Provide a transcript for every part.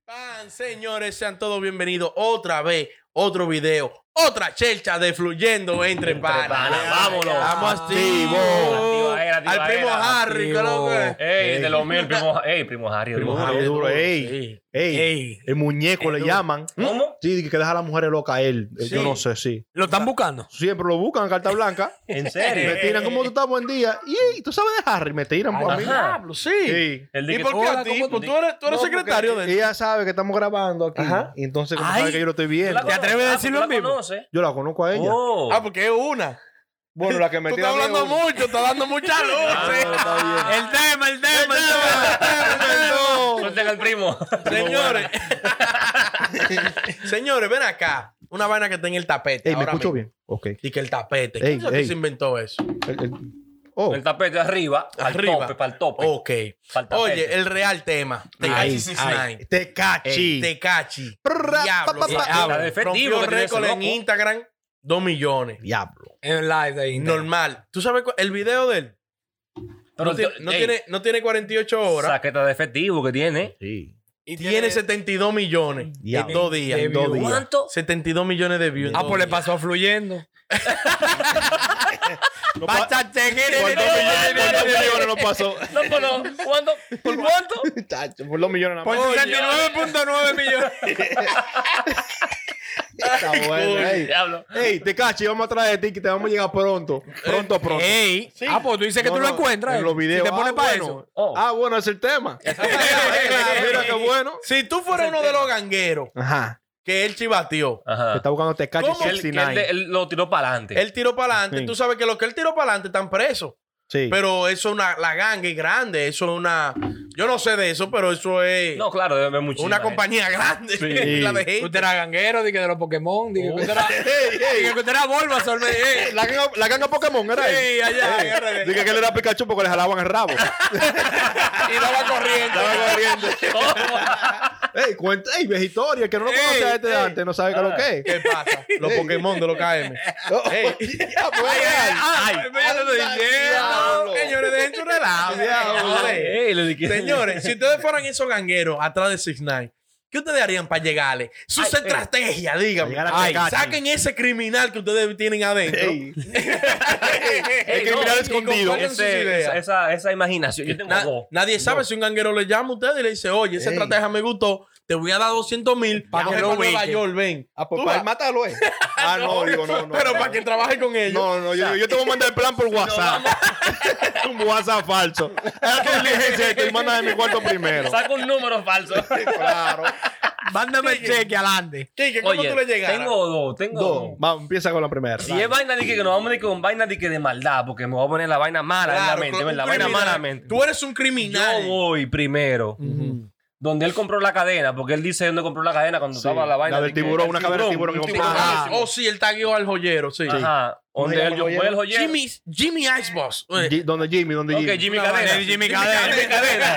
están, señores? Sean todos bienvenidos otra vez, otro video, otra chelcha de fluyendo entre, panas. panas, vámonos. Vamos activo. Activa era, activa Al primo era. Harry, Activo. creo que. Ey, de los míos, el primo, ey, primo Harry. Primo duro. Harry duro, ey. Sí. Ey, Ey, el muñeco le llaman. ¿Cómo? Sí, que deja a las mujeres locas él. Eh, Yo Sí. no sé, sí. ¿Lo están buscando? Siempre lo buscan, carta blanca. ¿En me serio? tiran como tú estás, buen día. Y, y tú sabes de Harry, me tiran por a mí. Ajá. sí. Sí. El de ¿Y que- por qué Hola, a ti? ¿cómo Pues tú- tú eres, tú eres No, porque secretario de él. Ella sabe que estamos grabando aquí. Ajá. Y entonces, como Ay. sabe que yo lo estoy ¿Tú la viendo, ¿Te atreves a conoces? decirlo ¿Tú en la vivo? conoces? yo la conozco a ella. Oh. Ah, porque es una. Bueno, la que me Tú tira. estás a mí es hablando una. mucho, estás dando mucha luz. El tema, el tema, el Suelten al primo. Señores. Señores, ven acá. Una vaina que está en el tapete. Ey, Eh, ¿me ahora escucho mismo. bien? Ok. Y que el tapete. Ey, ¿Quién fue que ey. se inventó eso? El- el- Oh, El tapete arriba, al Arriba. tope, para el tope. Ok. Para el tapete. Oye, el real tema. Ay, este Tecachi 69. Tecachi. este Tecachi. Prrra, Diablo. pa, pa, pa. que Está defectivo Rompió que tiene ese récord en loco. Instagram. 2 millones. Diablo. En live de ahí. Normal. ¿Tú sabes cuál- el video de él? Pero no, tiene, yo- no, ey, tiene, no tiene 48 horas. Saqueta de efectivo que tiene. Sí. Y tiene, 72 millones Diablo. en dos días. De En dos view. días. ¿Cuánto? 72 millones de views. en Ah, dos pues le días. pasó fluyendo. No pa- ¿Cuántos millones- cuántos millones no pasó? No, pero no. ¿Cuánto? ¿Por cuánto? Tacho, Por los millones nada Por más. 69.9 millones. Está bueno, ey. Diablo. Ey, te cachi, vamos a traer de ti que te vamos a llegar pronto. Pronto, pronto. Ey. Ah, pues tú dices que No, tú lo no, encuentras. En los videos. Si te pones ah, para bueno. eso. Oh. Ah, bueno, es el tema. Mira qué bueno. Si tú fueras uno de los gangueros Ajá. que él chivateó, Ajá. Está buscando este Tecachi ¿Cómo? Que él, que él 69. de- él lo tiró para adelante. él tiró para adelante. Sí. Tú sabes que los que él tiró para adelante están presos. Sí. Pero eso es una, la ganga es grande, eso es una, yo no sé de eso, pero eso es No, claro, debe haber muchísima una gente. compañía grande. Sí. la de gente. Usted era ganguero, dije de los Pokémon, dije que usted era. Dije que usted era Bulbasaur. me- ey. La ganga, la ganga Pokémon, ¿era él? Sí, allá, en RD. Dije que él era Pikachu porque le jalaban el rabo. Y daba corriendo. Estaba corriendo. ey, cuenta, ey, ves historia. El que no lo conoce a este de antes no sabe qué es lo que es. ¿Qué pasa? Los Pokémon de los KM. Ey. Ya, pues, real. Ay, pero ya te lo anda, diciendo. diablo. Señores, dejen su relajo. Diablo. Joder. Oh. Ey, le dije- Señores, si ustedes fueran esos gangueros atrás de Six Nine, ¿qué ustedes harían para llegarle? Sus Ay, estrategias, díganme. Llegar a Ay, Tecachi. saquen ese criminal que ustedes tienen adentro. Ey. Ey, El criminal no, escondido. Pongan sus Ese- ideas. esa, esa, esa imaginación. Yo tengo Na- dos. nadie sabe si un ganguero le llama a usted y le dice, oye, esa Ey. estrategia me gustó, te voy a dar 200 mil Pa' para que que lo para Nueva ubique. York, ven. Ah, pues Tú para vas. matarlo, eh. Ah, no, digo, no, no. Pero para que trabaje con ellos. No, no, yo, yo te voy a mandar el plan por WhatsApp. un WhatsApp falso. Es que diligencia que mandas en mi cuarto primero. Saca un número falso. Claro. Mándame el cheque adelante. Quique, ¿cómo Oye, tú le llegaras? tengo dos, tengo Dos. dos. Vamos, empieza con la primera. Si es vaina de que, que nos vamos a ir con vaina de que de maldad, porque me voy a poner la vaina mala en la Claro, mente, con un ¿verdad? la vaina criminal. malamente. Tú eres un Yo criminal. voy primero. Donde él compró la cadena, porque él dice dónde compró la cadena cuando Sí, estaba la vaina. la de del que- tiburón, una cadena del tiburón que un compró. Ah, grandísimo. oh, sí, él tagueó al joyero, sí. Ajá. Donde él ¿Cómo se yo llama el fue el joyero. Jimmy, Jimmy Iceboss. Eh, Gi- donde Jimmy, donde Ok, Jimmy. Jimmy Una vaina Cadena. de Jimmy Cadena. Jimmy Cadena.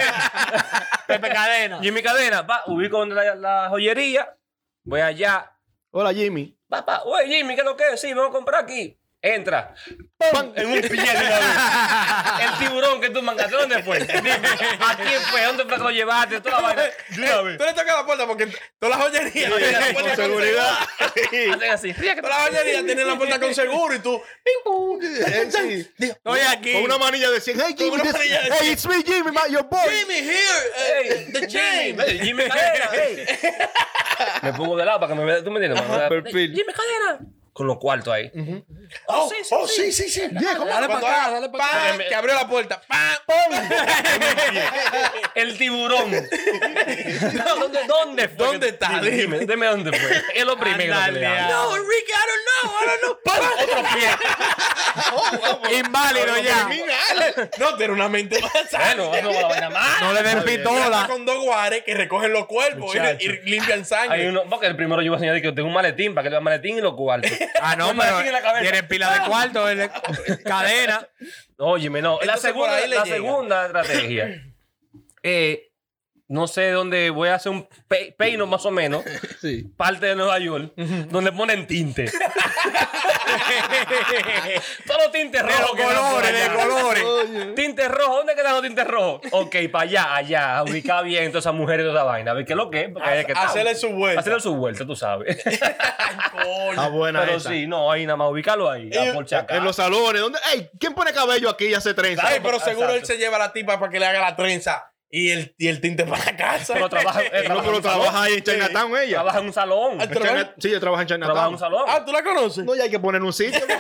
Pepe Cadena. Jimmy Cadena. Va, ubico donde la, la joyería. Voy allá. Hola, Jimmy. Va, va. Oye, Jimmy, ¿qué es lo que es? Sí, vamos a comprar aquí. Entra. Pan. En un piñete. El tiburón que tú mangaste, ¿dónde fue? Dime, ¿a quién fue? ¿Dónde fue que lo llevaste? Toda la vaina. De una vez. Tú le tocas la puerta porque todas las joyerías. tienen la puerta Con con seguridad. seguro. Hacen así. ría que- Todas las joyerías tienen la puerta con seguro y tú. Eh, sí. Estoy aquí. Con una manilla de 100. Hey, Jimmy. una this- manilla de hey, it's me, Jimmy, my, your boy. Jimmy here, eh, Ey, the chain. Jimmy, ey, Jimmy Cadena, ey. Me pongo de lado para que me vea. ¿Tú me entiendes? Para que me vea. perfil. Jimmy Cadena. Con los cuartos ahí. Oh, oh, sí, sí, sí. Yeah, ¿cómo? Dale Cuando pa' acá, haga, dale pa' acá. ¡pam! Porque me- Que abrió la puerta. ¡pam! El tiburón. No, ¿dónde, ¿Dónde fue? ¿Dónde está? Dime, dime, dime dónde fue. Es lo primero que le Ándale, da. No, Enrique, I don't know, I don't know. Otro pie. Inválido ya. Criminales. No, tiene una mente más Bueno, vamos a la vaina más. No le den Está pistola. con dos guares que recogen los cuerpos y, Muchacho. y limpian Hay sangre. uno, porque el primero yo iba a señalar que tengo un maletín, para que le el maletín y los cuartos. Ah, no, Un maletín en la pero cabeza. tiene pila de cuarto, él- cadena. Óyeme, no. La Entonces, segunda, por ahí le la llega. segunda estrategia. Eh, no sé dónde voy a hacer un pe- peino más o menos. Parte de Nueva York. Donde ponen tinte. Todos los tintes De los rojos. que dan por colores, de allá. colores. Tintes rojos, ¿dónde quedan los tintes rojos? Ok, para allá, allá, ubicar bien todas esas mujeres y toda esa vaina. A ver qué es lo que es. porque ahí es que estamos. Hacerle su vuelta. Hacerle su vuelta, tú sabes. Coño. Está buena Pero esa. sí, eh, no, ahí nada más ubicarlo ahí. a por chacar. En los salones. ¿dónde? Ey, ¿Quién pone cabello aquí y hace trenza? Ay, pero seguro él Exacto. se lleva a la tipa para que le haga la trenza y el, y el tinte para la casa. Pero trabaja, eh, no, en pero un salón. trabaja ahí en Chinatown ella. Trabaja en un salón. Ay, En China- Sí, yo trabajo en Trabaja en un Chinatown. salón. Ah, ¿tú la conoces? No, ya hay que poner en un sitio. porque-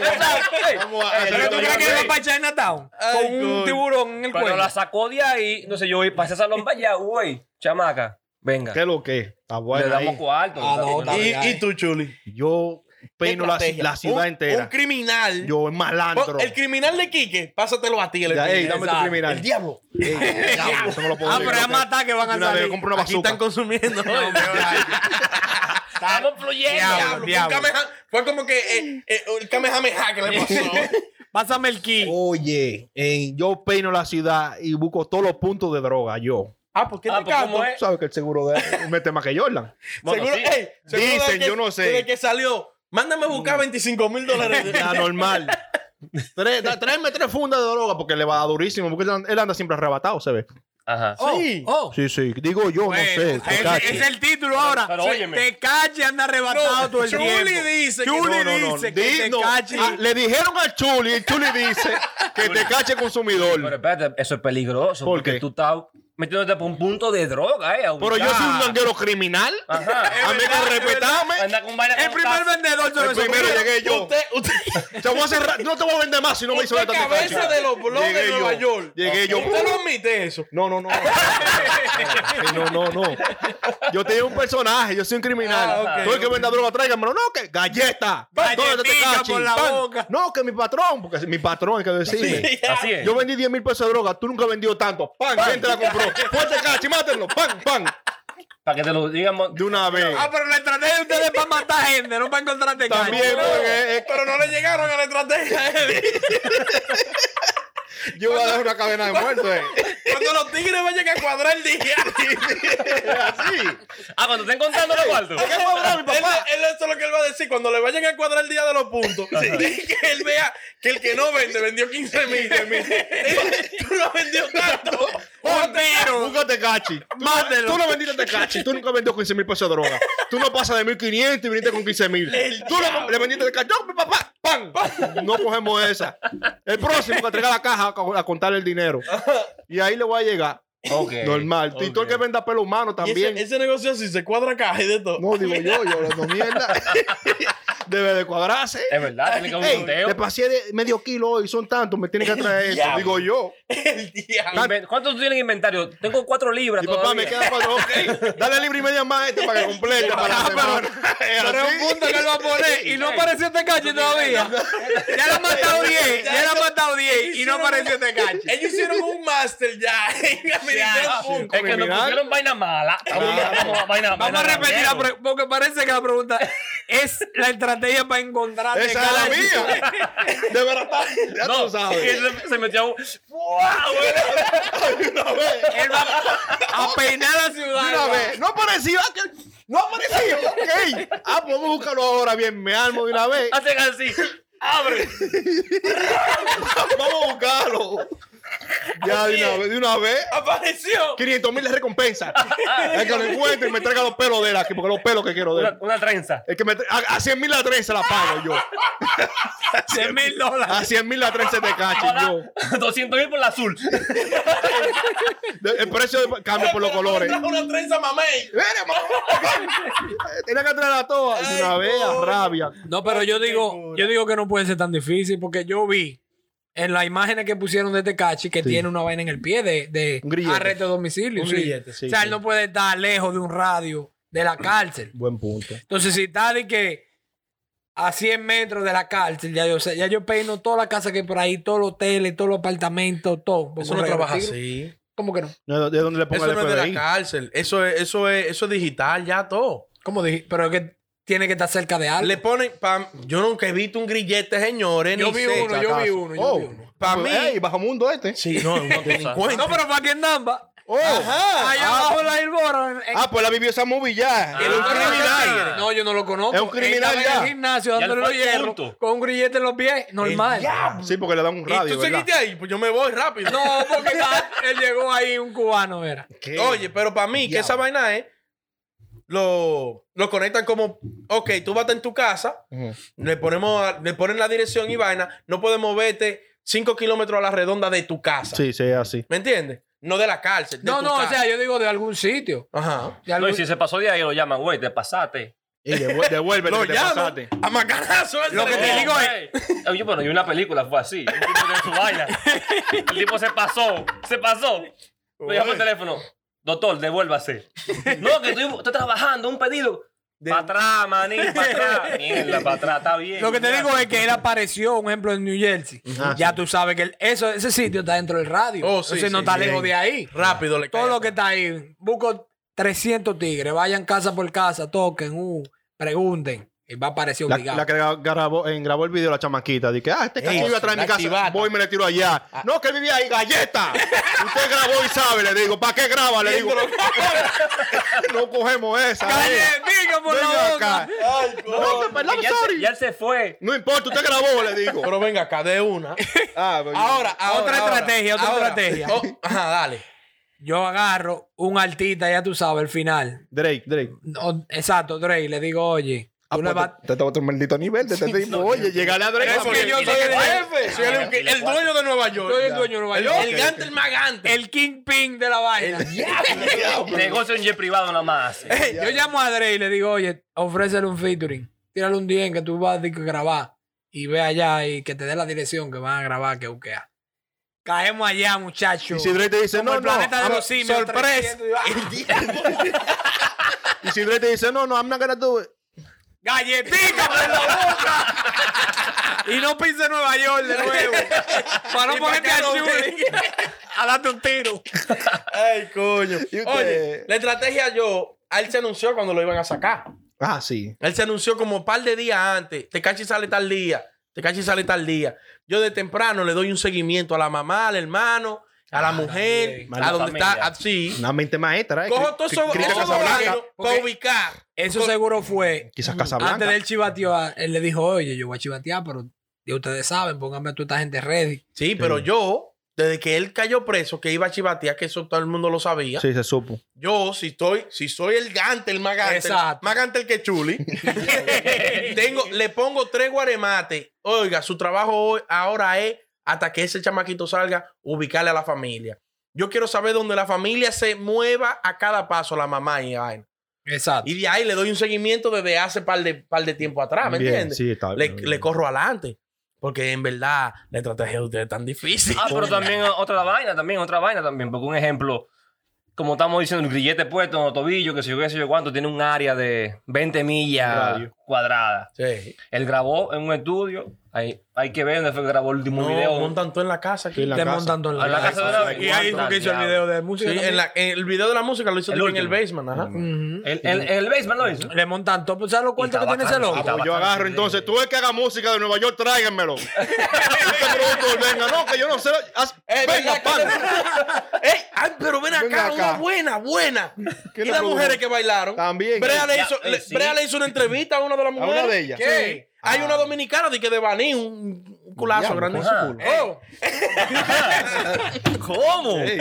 Vamos eh, a hacer Pero tú otra crees que cosa. él va para Chinatown Ay, con un coño. tiburón en el Cuando cuello. la sacó de ahí, no sé, yo voy para ese salón para allá, güey, chamaca, venga. ¿Qué es lo que? es? Está bueno. le damos ahí. cuarto. Ah, no, ¿sabes? está y, bien. y tú, Chuli. Yo peino la, Estrategia. la ciudad Un- entera. Un criminal. yo es malandro. el criminal de Quique, pásatelo a ti. El, Ya, criminal. ey, dame tu Exacto. criminal. El diablo. Ey, diablo, eso no lo puedo ah, decir. pero es matar que van De a una vez, salir. yo compro una Aquí están bazooka. consumiendo. El Estamos fluyendo. diablo, fue, un Kameha- fue como que eh, eh, el Kamehameha que le pasó. Pásame el key. Oye, eh, yo peino la ciudad y busco todos los puntos de droga, yo. ah, ¿por qué Ah, te pues, canto? ¿cómo es? Tú sabes que el seguro de mete más que Jordan. Bueno, seguro, sí. ey, seguro Dicen, desde que- yo no sé. Mm. Desde que salió, mándame a buscar 25 mil dólares. La normal. Tres, da- tráeme tres fundas de droga porque le va a dar durísimo. Porque él an- él anda siempre arrebatado, se ve. Ajá. Sí. Oh. Sí, sí. Digo yo, Bueno, no sé. ese- muchacho. ese es el título ahora. Pero Sí, óyeme. Te cache anda arrebatado No, todo el Chuli tiempo. dice que- Chuli No, no, no. dice Di- que te no. cache. Ah, le dijeron al Chuli, el Chuli dice que te cache Pero consumidor. espérate, eso es peligroso. ¿Por porque qué? tú estás metiéndote por un punto de droga, eh. a Pero yo ubicar. soy un ganguero criminal. Ajá. A mí que respetame. Anda con vaina El con primer casa. vendedor sobre El primero eso. llegué yo. Usted, usted, Te voy a cerrar- no te voy a vender más si no me hizo usted esta cabeza de los blogs de Nueva York. Llegué yo. ¿Usted no admite eso? No, no, no. Sí, No, no, no. Yo tenía un personaje, yo soy un criminal. Ah, ok, Todo el que venda droga, tráigamelo. No, que galleta. ¿Dónde te Galletita cachi? por la Pan. boca. No, que mi patrón, porque mi patrón hay que decirme. Así es. Yo vendí 10 mil pesos de droga, tú nunca vendió tanto. Pan, ¿quién te la compró? Fuerte cachi, mátenlo. Pan, pan. Para que te lo digan. mo- De una vez. Ah, pero la estrategia de ustedes es para matar gente, no para encontrarte pues, calle. También, porque es- Pero no le llegaron a la estrategia, Eddie. yo voy a dejar una cadena de muertos. eh. Cuando los tigres vayan a cuadrar el día. Así. Ah, cuando estén contando los cuartos. ¿Qué va a hablar mi papá? Él, él- eso es lo que él va a decir. Cuando le vayan a cuadrar el día de los puntos, de que él vea que el que no vende vendió 15 mil. Tú no vendió tanto. Portero. Nunca te cachi. Tú no vendiste te cachi. Tú nunca vendió 15 mil pesos de droga. Tú no pasas de 1500 y viniste con 15 mil. Tú no, le vendiste te cachi. No, mi papá. ¡Pam! No cogemos esa. El próximo que entrega la caja a, a contar el dinero. Y ahí le voy a llegar. Ok. Normal. Y tú el que Ok. venda pelo humano Y también. Ese, ese negocio si se cuadra caja y de todo. No, digo yo, yo no mierda. Debe de cuadrarse. Es verdad, tiene que haber un Ey, conteo. te pasé de medio kilo hoy, son tantos, me tienen que traer eso. Diablo. Digo yo. El diablo. Inven- ¿Cuántos tú tienes en inventario? Tengo cuatro libras Y papá me todavía. queda cuatro. ok, dale libre y media más a este para que complete. para la semana. Es Pero es así. un punto que él va a poner y no apareció este calle todavía. Ya le han matado 10, ya le han matado 10 y no apareció este calle. Ellos hicieron un máster ya en Ah, administrar puntos. Es que nos criminal. pusieron vaina mala. Vamos, vamos, vaina, Eh, Vamos vaina a repetir la ganguero. pregunta, porque parece que la pregunta es la estrategia para encontrar Esa es la mía. De verdad. Ya No, tú sabes. y se, se metió un... ¡Wow! Una vez. Él va a peinar la ciudad. Una va. vez. No apareció. ah, que- No apareció. Ok. Ah, pues vamos a buscarlo ahora bien. Me armo de una vez. Hacen así. ¡Abre! Vamos a buscarlo. Ya de una vez. De una vez. Apareció. 500 mil de recompensa. El que lo encuentre y me traiga los pelos de él aquí, porque los pelos que quiero de Una, él. una trenza. El que me tra- a, a 100 mil la trenza la pago yo. 100 mil dólares. A 100 mil la trenza de cachi Ahora, yo. 200 mil por la azul. De- El precio de- cambia por los colores. Trajo una trenza mamey. Mira, mamá. Tenía que traer a todas. De una Ay, vez, a coño. rabia. No, pero yo digo, yo digo que no puede ser tan difícil porque yo vi en las imágenes que pusieron de Tecachi que tiene una vaina en el pie de, de Un grillete. arresto de domicilio. Un sí. grillete, sí, o sea, él sí. no puede estar lejos de un radio de la cárcel. Buen punto. Entonces, si está de que a 100 metros de la cárcel, ya yo, sé- ya yo peino toda la casa que hay por ahí, todos los hoteles, todos los apartamentos, todo. Eso Porque no trabaja Tigre- así. ¿Cómo que no? No, ¿De dónde le pongo Eso el no es de FBI? la cárcel. Eso es, eso es, eso es digital ya todo. ¿Cómo dije? Pero es que tiene que estar cerca de algo. Le ponen, pa- yo nunca he visto un grillete, señores. yo ni vi sé. uno, yo vi uno, yo Oh, vi uno. Pa' pues, mí- Ey, bajo mundo este. Sí, no, no te cosa. cuenta. No, pero para quien namba. Oh. Ajá. Allá Ah. abajo en la Ilboro. en- en- Ah, pues la vivió esa movie ya. Era un Ah, criminal. No, yo no lo conozco. Es un criminal Estaba en ya. el gimnasio Ya dándole le los fue hierros punto. con un grillete en los pies, normal. Sí, porque le dan un ¿Y radio, tú ¿verdad? seguiste ahí? Pues yo me voy rápido. No, porque ah, él llegó ahí un cubano, era. ¿Qué? Oye, pero para mí, que Diablo. esa vaina es. Lo, lo conectan como, ok, tú vas a estar en tu casa, Ujú. le, ponemos a- le ponen la dirección y vaina, no puedes moverte 5 kilómetros a la redonda de tu casa. Sí, sí, es así. ¿Me entiendes? No de la cárcel. de No, tu no, o casa. sea, yo digo de algún sitio. Ajá. De No, algún- y si se pasó de ahí, lo llaman, güey, te pasaste. Y devuelve, devuelve Lo que te llamo pasaste. a macanazo. ese Lo que de- te digo es- es. Oye, bueno, y una película fue así. El tipo tenía su vaina. El tipo se pasó, se pasó. Me llamó el teléfono. Doctor, devuélvase. No, que estoy, estoy trabajando, un pedido. De- Para atrás, maní, para atrás. Mierda, para atrás, está bien. Lo que te ya. digo es que él apareció, un ejemplo, en New Jersey. Ajá, ya Ah, sí. tú sabes que el- eso, ese sitio está dentro del radio. Oh, sí, Entonces no sí, está bien. lejos de ahí. Rápido le Todo cae. lo que está ahí. Busco 300 tigres. Vayan casa por casa, toquen, uh, pregunten. Y va a aparecer La, obligado. la que gra- grabó, en- grabó el video la chamaquita. Dije, ah, este Ey, cachillo iba atrás de la mi casa. chivata. Voy y me le tiro allá. No, que él vivía ahí, galleta. Usted grabó y sabe, le digo. ¿Para qué graba? Le digo. no cogemos esa. Calle, eh. diga por la Venga boca. acá. Ay, No, coño. perdón, Y ya, sorry. se, ya se fue. No importa, usted grabó, le digo. Pero venga acá, de una. Ah, pero- Ahora, ahora, Otra ahora. estrategia, otra Ahora. estrategia. Oh, ajá, dale. Yo agarro un artista, ya tú sabes, al final. Drake, Drake. No, exacto, Drake, le digo, oye, Ah, tú le vas- te está otro maldito nivel de este tipo. Oye, llegale a Drake. Es que yo Y soy le- el jefe. Ah, Soy el, el dueño de Nueva York. Soy el dueño de Nueva El, York. el gante, el más gante. el kingpin de la vaina. Negocio en jet privado nada más. Ey, yo llamo a Dre y le digo, oye, ofrécele un featuring. Tírale un día en que tú vas a disque grabar y ve allá y que te dé la dirección que van a grabar que buquea. Caemos allá, muchachos. Y si Drake te dice, Como no, el no. planeta de I'm- los simios. sorpresa. 300, y va, Y si Drake te dice, no, no, I'm not gonna do it. Galletica por la boca. y no pise Nueva York de nuevo. Para Y para no ponerte que al no shooting. a darte un tiro. Ay, coño. Y usted- Oye, la estrategia yo, a él se anunció cuando lo iban a sacar. Ah, sí. Él se anunció como un par de días antes. Te cachi sale tal día. Te cachi sale tal día. Yo de temprano le doy un seguimiento a la mamá, al hermano, a la mujer, Ah, bien. A a la donde familia. está. Así. Una mente maestra, ¿eh? Cojo todo Cri- eso. cri- Cristian todo eso Casablanca. vago pa' Porque- ubicar. Eso seguro fue. Quizás Casablanca. Antes del chivateo, a- él le dijo, oye, yo voy a chivatear, pero ya ustedes saben, pónganme a toda esta gente ready. Sí, pero yo, desde que él cayó preso, que iba a chivatear, que eso todo el mundo lo sabía. Sí, se supo. Yo, si estoy, si soy el gante, el más gante, Exacto. más gante el que chuli, tengo, le pongo tres guaremates. Oiga, su trabajo hoy ahora es hasta que ese chamaquito salga, ubicarle a la familia. Yo quiero saber dónde la familia se mueva a cada paso, la mamá y vaina. Exacto. Y de ahí le doy un seguimiento desde hace par de, par de tiempo atrás, Ah, ¿me Bien, entiendes? sí, está le, bien, le bien. corro adelante. Porque en verdad la estrategia de ustedes es tan difícil. Ah, pero también otra vaina, también otra vaina también. Porque un ejemplo, como estamos diciendo, el grillete puesto en los tobillos, que sé yo, qué sé yo cuánto, tiene un área de 20 millas Radio. cuadradas. Sí. Él grabó en un estudio, hay, hay que ver dónde fue que grabó el último No, video. montan todo en la casa. aquí. Sí, en la Te casa. montan todo en A la casa de la- Y ahí fue que hizo el video de Sí, música. en, también. Mm. la- en el video de la música lo hizo El también en el último. basement, ajá. Ujú. El, el, el basement lo hizo. Le montan todo. ¿Sabes lo cuarto que tiene ese Ah, loco? pues Yo agarro entonces, tú el que haga música de Nueva York, tráiganmelo. Este productor, venga, no, que yo no sé. haz- Eh, venga, acá, pan. Ey, ay, pero ven acá, Venga acá. una buena, buena. ¿Qué Y le las produjo? mujeres que bailaron. También. Brea, le Ya, hizo, eh, le- sí. Brea le hizo una entrevista a una de las una mujeres. de ellas. Ah. Sí. Hay una dominicana de que de Baní, un un culazo Ya, grande. con su culo. Ah, Oh, ¿Cómo? Ey,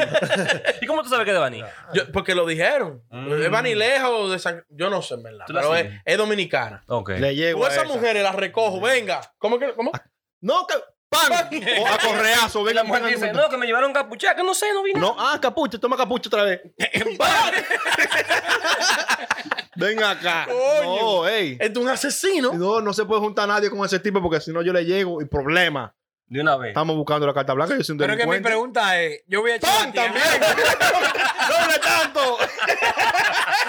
¿Y cómo tú sabes que es de Baní? yo- porque lo dijeron. Es Baní Mm. lejos de San... Yo no sé, en verdad. Tú la Pero es, sigues. es dominicana. Ok. Le llego Yo a esas esa. mujeres las recojo, venga. ¿Cómo que? ¿Cómo? No, que pan. O a correazo, Y la venga. mujer venga, dice, venga. no, que me llevaron capucha, que no sé, no vi nada. No, ah, capucho, toma capucho otra vez. Venga acá. Coño. ¿Eh, No, ey. Es de un asesino. No, no se puede juntar nadie con ese tipo porque si no yo le llego y problema. De una vez. Estamos buscando la carta blanca, yo soy un Pero que mi delincuente. pregunta es: Yo voy a ¡Pan chivatear. también! ¡Doble tanto!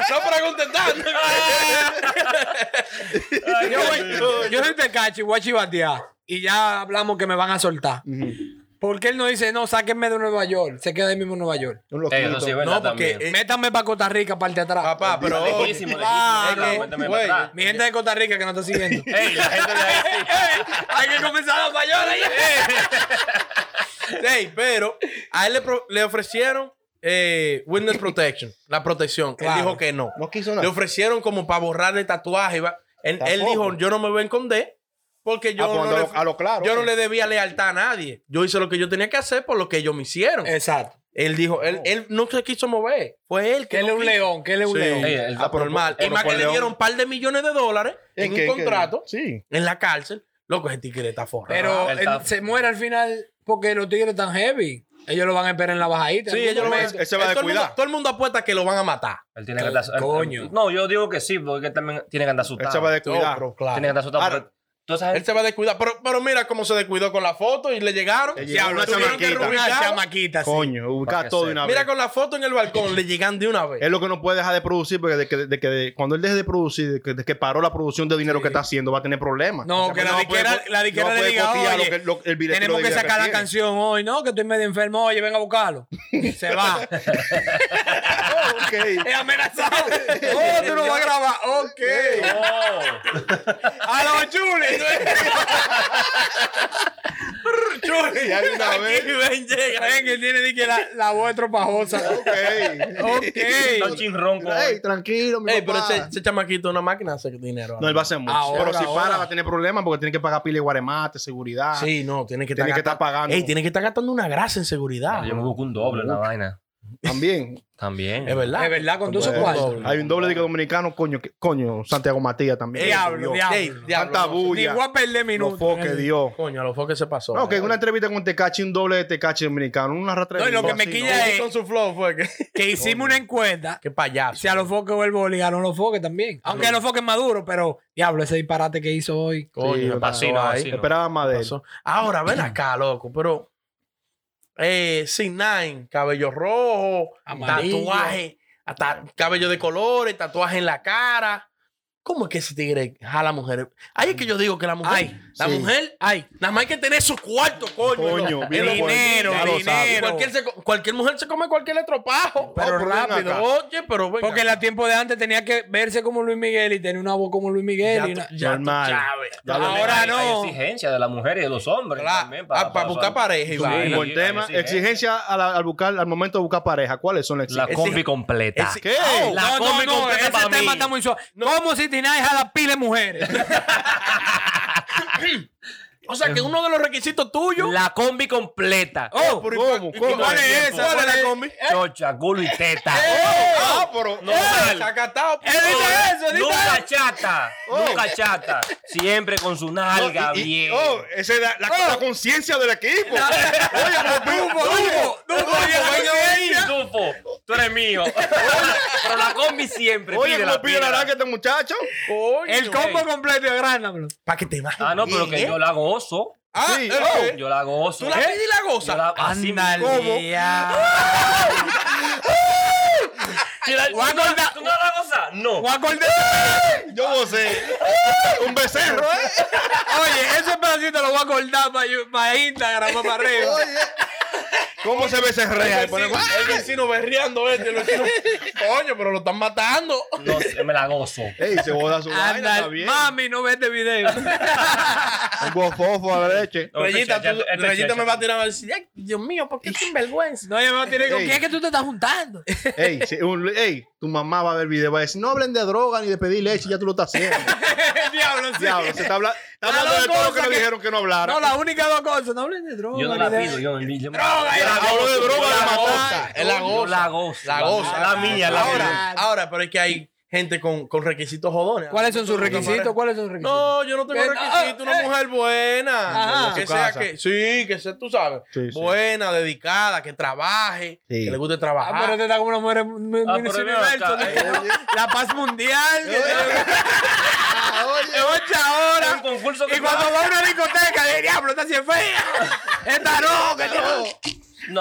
No pregunten tanto. Yo, voy, yo soy Tecachi, voy a chivatear. Y ya hablamos que me van a soltar. Porque él no dice, no, sáquenme de Nueva York. Se queda ahí mismo en Nueva York. Un Eh, eso loquito. sí es verdad No, porque también. eh, Métanme para Costa Rica, parte de atrás. Papá, pero. Lejísimo, lejísimo. Ah, Claro, que- méteme güey. para atrás. Mi gente de Costa Rica que no está siguiendo. Ey, la gente de ahí sí. Hay que comenzar a fallar ahí. Ey, pero a él le, pro- le ofrecieron eh, witness protection, la protección. Claro. Él dijo que no. No quiso Le nada. ofrecieron como para borrarle tatuaje. y va- Él, él Tampoco. dijo, yo no me voy a esconder porque yo, Ah, pues, no, a le, lo- a lo claro. yo no le debía lealtad a nadie. Yo hice lo que yo tenía que hacer por lo que ellos me hicieron. Exacto. él dijo, él, él no se quiso mover. Fue él que Que él es no un quiso. león, que él es un Sí. león. Ey, el- Ah, pero- Normal. pero y más por que le León. dieron un par de millones de dólares Es en que- un que- contrato Sí. en la cárcel. Loco, ese tigre está forrado. Pero Ah, él él está- se muere al final porque los tigres están heavy. Ellos lo van a esperar en la bajadita. sí, ¿no? ellos lo van a- Él- él se va a todo, el mundo, descuidar. todo el mundo apuesta que lo van a matar. Él tiene que andar él- Coño. él- No, yo digo que sí, porque él también tiene que andar Él asustado. se va a No, descuidar. pero Tiene que claro. andar asustado. Ahora- porque toda esa gente- Él se va a descuidar. Pero, pero mira cómo se descuidó con la foto y le llegaron. Le llegó Diablo, una tuvieron que chamaquita. Una reubicarlo. chamaquita así. Coño, Para ubicar que todo sepa. de una vez. Mira con la foto en el balcón, le llegan de una vez. Es lo que no puede dejar de producir, porque de que, de que- de- cuando él deje de producir, de que, de que paró la producción de dinero que está haciendo, va a tener problemas. No, que la va a poder- disquera- la disquera va a le poder diga, costear lo "Oye, que- lo- el billete Tenemos lo que de vida sacar la tiene". canción hoy, ¿no? Que estoy medio enfermo. Oye, venga a buscarlo. Se va. Oh, ok. es amenazado. Oh, tú no vas a grabar. Ok. Oh, A los chules. Ya de una Aquí vez. ven, llega. Ven, que tiene di que la, la voz estropajosa. Ok. está un Ok. chinrón con Ey, tranquilo, mi Ey, pero papá. ese, ese chamaquito es una máquina de hacer dinero. No, él va a hacer mucho. Ahora, pero si ahora. para, va a tener problemas porque tiene que pagar pile de guaremate, seguridad. Sí, no, tiene que, Ah. Tiene que estar pagando. Ey, tiene que estar gastando una grasa en seguridad. Ah, Yo me busco un doble en la vaina. También. También. Es verdad. Es verdad, con todo todo su eso cuarto. Hay un doble de que dominicano, coño, que- coño, Santiago Matías también. Diablo, Dios. diablo. Tanta Ni bulla. voy a perder Los minutos. foques, Dios. Coño, a lo que se pasó. No, que en Eh. una entrevista con Tecachi, un doble de Tecachi dominicano, una ratra de No, y lo Dios, que me así, quilla es- con su flow fue que. Que hicimos una encuesta. Qué payaso. Si a los foques vuelvo a obligar, no los foques también. Aunque a los foques maduro, pero diablo, ese disparate que hizo hoy. Sí, Coño, verdad. pasó Sí, no, ahí. sí, no. Esperaba más de él. Pasó. Ahora, ven acá, loco, pero. Eh, Sin Nine, cabello rojo, Amarillo. tatuaje, hasta cabello de colores, tatuaje en la cara. ¿Cómo es que ese tigre jala mujeres? Ahí es que yo digo que la mujer, Ay, la sí. mujer, ay, nada más hay que tener su cuarto, coño. Coño, El bien dinero, dinero, ya lo sabes. dinero. Cualquier, se co- cualquier mujer se come cualquier estropajo. Pero Oh, ven rápido. acá. Oye, pero venga. Porque en el tiempo de antes tenía que verse como Luis Miguel y tener una voz como Luis ya, Miguel. y tú- una- ya tú Normal. sabes. Ya lo- Ahora Hay- hay no. exigencia de las mujeres y de los hombres. Claro. también Ah, para buscar pareja y Sí, vaina. Un buen hay tema. Exigencia al, al buscar, al momento de buscar pareja. ¿Cuáles son las La exigencias? combi completa. Exi- ¿Qué? Oh, La no, no, combi no, completa ese para tema mí. está muy suave. ¿Cómo si Tinay jala pile mujeres? O sea, que uno de los requisitos tuyos. La combi completa. Oh, Oh, ¿Cómo? ¿Cómo? ¿Y ¿Cuál es esa? ¿Cuál es la combi? Chocha, culo y teta. Oh. Ah, pero- eh, No, mal. Oh, Sacatao. Él dice eso, dice Nunca eso. chata. Oh. Nunca chata. Siempre con su nalga y- y- bien. oh, esa es la, la- la conciencia del equipo. Oye, Dufo, Dufo, Dufo, ya venga no ahí. sé. Tufo, tú eres mío. Pero la combi siempre. Oye, pídela, ¿cómo pide la pídela. naranja este muchacho? El combo completo, agránamelo. Para que te ¿eh? imagines. Ah, no, pero que yo la gozo. Ah, Sí. eh, Oh. eh. Yo la gozo. ¿Eh? Tú la pides y la Yo gozas. la- así mismo. Ándale. ya. ¿Tú la- Voy a tú no la- acordar- ¿Tú no la gozas? No. Voy a acordar- Yo no sé. Un becerro, ¿eh? Oye, ese pedacito lo voy a cortar para Instagram, para arriba. Oye. ¿Cómo se becerrea? Y El pone- vecino, el vecino berreando este. los chinos. Coño, pero lo están matando. No sé, me la gozo. Ey, se boda su vaina, está Ándale, bien. mami, no ve este video. Un bofofo a la leche. No, Rayita, este tú- chacha, este Rayita me chacha. va a tirar a decir, "Ay, Dios mío, ¿por qué sinvergüenza? No, yo me voy a tirar con Ey. quién es que tú te estás juntando. Ey, si- un- ey, tu mamá va a ver video, va a decir, no hablen de droga ni de pedir leche, ya tú lo estás haciendo. Diablo, sí. Diablo, se está habla- está Las hablando de dos todo lo que cosas le que- dijeron que no hablara. No, la única dos cosas. No hablen de droga. Yo no ni la de- pido. Yo, yo, yo- Droga, yo la hablo de gozo, droga, yo de la gozo. matar. Él la Yo goza. La gozo. La goza. La mía, la ahora, mía. ahora, pero es que hay gente con, con requisitos jodones. ¿Cuáles son sus requisitos? ¿Cuáles son sus requisitos? No, yo no tengo Ven, requisitos. ah, Una eh. mujer buena. Ajá. Que Su sea casa. que. Sí, que sea, tú sabes. Sí, sí. Buena, dedicada, que trabaje, Sí. que le guste Ah, trabajar. pero te está como una mujer en mi- Ah, Miss pero Universo. ven acá, eh. ¿no? La paz mundial. eh. que tiene Ocho Es un horas. concurso que Y cuando va a una discoteca, de diablo, está así fea. Esta no, que no.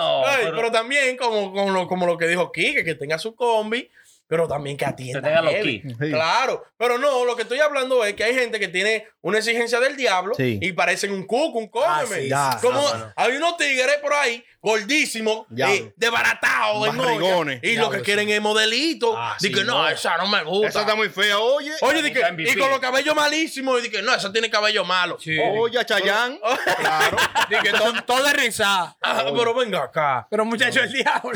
No, Ey, pero- pero también, como, como, lo, como lo que dijo Kike, que tenga su combi, pero también que atienda. Que tenga los heavy. keys. Sí. Claro, pero no, lo que estoy hablando es que hay gente que tiene una exigencia del diablo Sí. y parecen un cuco, un Ah, cómeme. sí, ya, Como ah, bueno. hay unos tigres por ahí, gordísimos, Diablo. eh, desbaratados, en olla, Barrigones. y lo Diablo, que sí. quieren es modelito. Ah, Dice sí, que no, no. esa no me gusta. Esa está muy fea, oye. Oye, di que- Está MVP. y con los cabellos malísimos, y di que no, esa tiene cabello malo. Sí. Oye, Chayán. Claro. Dije que son todas rizadas. Ah, pero venga acá. Pero muchacho, el diablo.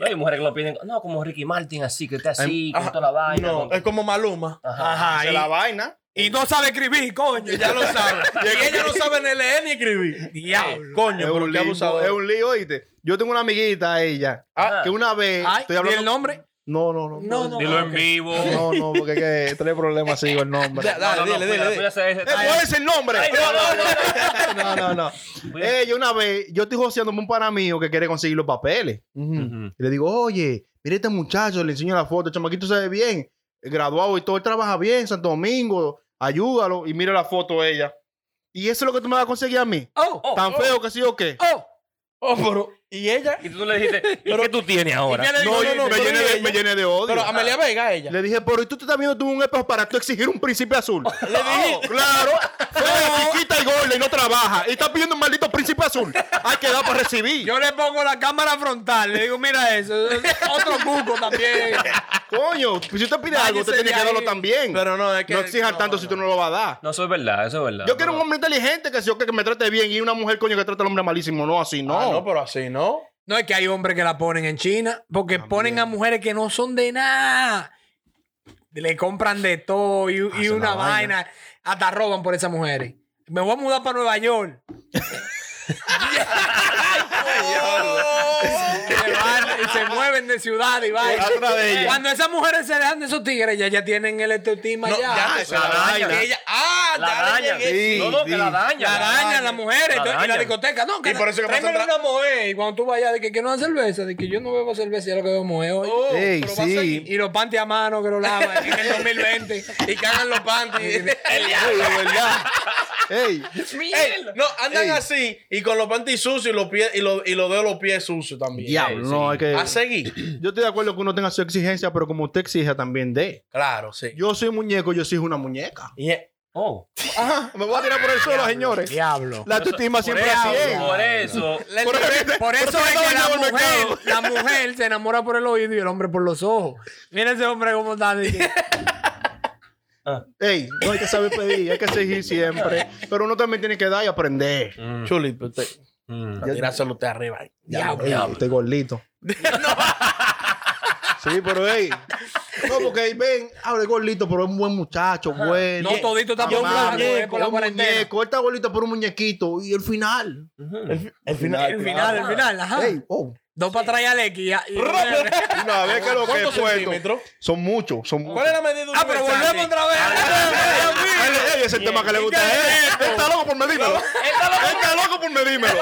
No hay mujeres que lo piden. No, como Ricky Martin, así, que está así, con Ajá. toda la vaina. no, eh, con- es como Maluma. Ajá. Ajá. Se y- la vaina. Y, no sabe escribir, coño. Ella lo sabe. y ella no sabe ni leer ni escribir. Diablo. Coño, Es pero un, qué lío, abusador. es un lío, oíste. Yo tengo una amiguita, ella, Ajá. que una vez. Ay, estoy ¿Y el hablando. nombre? No, no, no. No, no. Dilo ah, en ok. vivo. No, no, porque es que trae problemas sigo el nombre. Da- Dale, No, no, dile, no, dile, dile. cuídate, cuídate ese- ¿Te puedes el nombre? Ay, no, no, no, no. No, Eh. no, no. Ella una vez, yo estoy joseándome un pana mío que quiere conseguir los papeles. Ujú. Y le digo, oye, mira este muchacho, le enseño la foto, el chamaquito se ve bien, eh, graduado y todo, él trabaja bien, Santo Domingo, ayúdalo. Y mira la foto de ella. Y eso es lo que tú me vas a conseguir a mí. Oh, Oh, Tan oh. feo que sí o qué. oh. Oh, pero, y ella. Y tú le dijiste, ¿y qué tú tienes ahora? ¿Y qué le No, digo? yo- me, pero llené mira de, ella. me llené de odio. Pero Amelia Vega, ella. le dije, pero ¿y tú te estás viendo tú en un espejo para tú exigir un príncipe azul? Le dije, claro, fea, chiquita y gorda y no trabaja. Y estás pidiendo un maldito príncipe azul. Hay que dar para recibir. Yo le pongo la cámara frontal, le digo, mira eso, es otro cuco también. Coño, pues si usted pide Váyase algo, usted tiene de que darlo ahí. también. Pero no, es que. no exijan tanto si tú no lo vas a dar. No, eso es verdad, eso es verdad. Yo quiero un hombre inteligente que, sea- que me trate bien y una mujer, coño, que trate al hombre malísimo. No, así Ah, no. pues. No, Ah, no, pero así no. No es que hay hombres que la ponen en China, porque ponen a mujeres que no son de nada. Le compran de todo y, y Hacen Ah, una la vaina. vaina. Hasta roban por esas mujeres. Me voy a mudar para Nueva York. Se van y se mueven de ciudad y vaina. Atrás de ella. Cuando esas mujeres se dejan de esos tigres, ya, ya tienen el estetismo No, allá. ya, Ah, se la daña. daña. Ella, ah, La ya le daña. llegué. Sí, No, no, que sí. la daña. La araña, las mujeres, La entonces, y la araña. discoteca. No, que Y por eso que tráeme pasan tra- una moe. Y cuando tú vayas, de que quiero una cerveza, de que yo no bebo cerveza, ya lo que veo moe hoy. Oh, Ey, pero va a sí. seguir. Y los panties a mano que lo lavan en el 2020. Y cagan los panties. Uy, la verdad. Ey, Ey, no, andan Ey. así y con los panties sucios y los pies y los, y los dedos de los pies sucios también. diablo, sí. no, hay que. A seguir. Yo estoy de acuerdo que uno tenga su exigencia, pero como usted exija también de. Claro, sí. Yo soy muñeco, yo soy una muñeca. Y es- Oh. Ajá, Ah, me voy a tirar por el suelo, señores. Diablo. La autoestima siempre por eso- a 100. Por eso. Por eso- Por eso eso es estaba que la yendo al mujer, mercado. la mujer se enamora por el oído y el hombre por los ojos. Mira ese hombre cómo está. de que- Ey, no hay que saber pedir, hay que exigir siempre. Pero uno también tiene que dar y aprender. Mm, Chulito, usted. mm. Para tirárselo usted arriba. ahí. Diablo. Ey, Este gordito. Sí, pero ey. No, porque ey, ven, abre gordito, pero es un buen muchacho, bueno. No todito está amable, por blanco, eh, por la es un cuarentena. muñeco, está gordito por un muñequito. Y el final. Ujú. El final. El final, el final, ajá. Ey, oh. Dos para atrás y al X. y- y- Una vez que lo que ¿Cuántos he puesto. centímetros? Son muchos, son muchos. ¿Cuál es la medida Ah, pero volvemos otra vez. Ey, ey, ese es el tema que le gusta a él. Él Está loco por medírmelo. Él Está loco por medírmelo.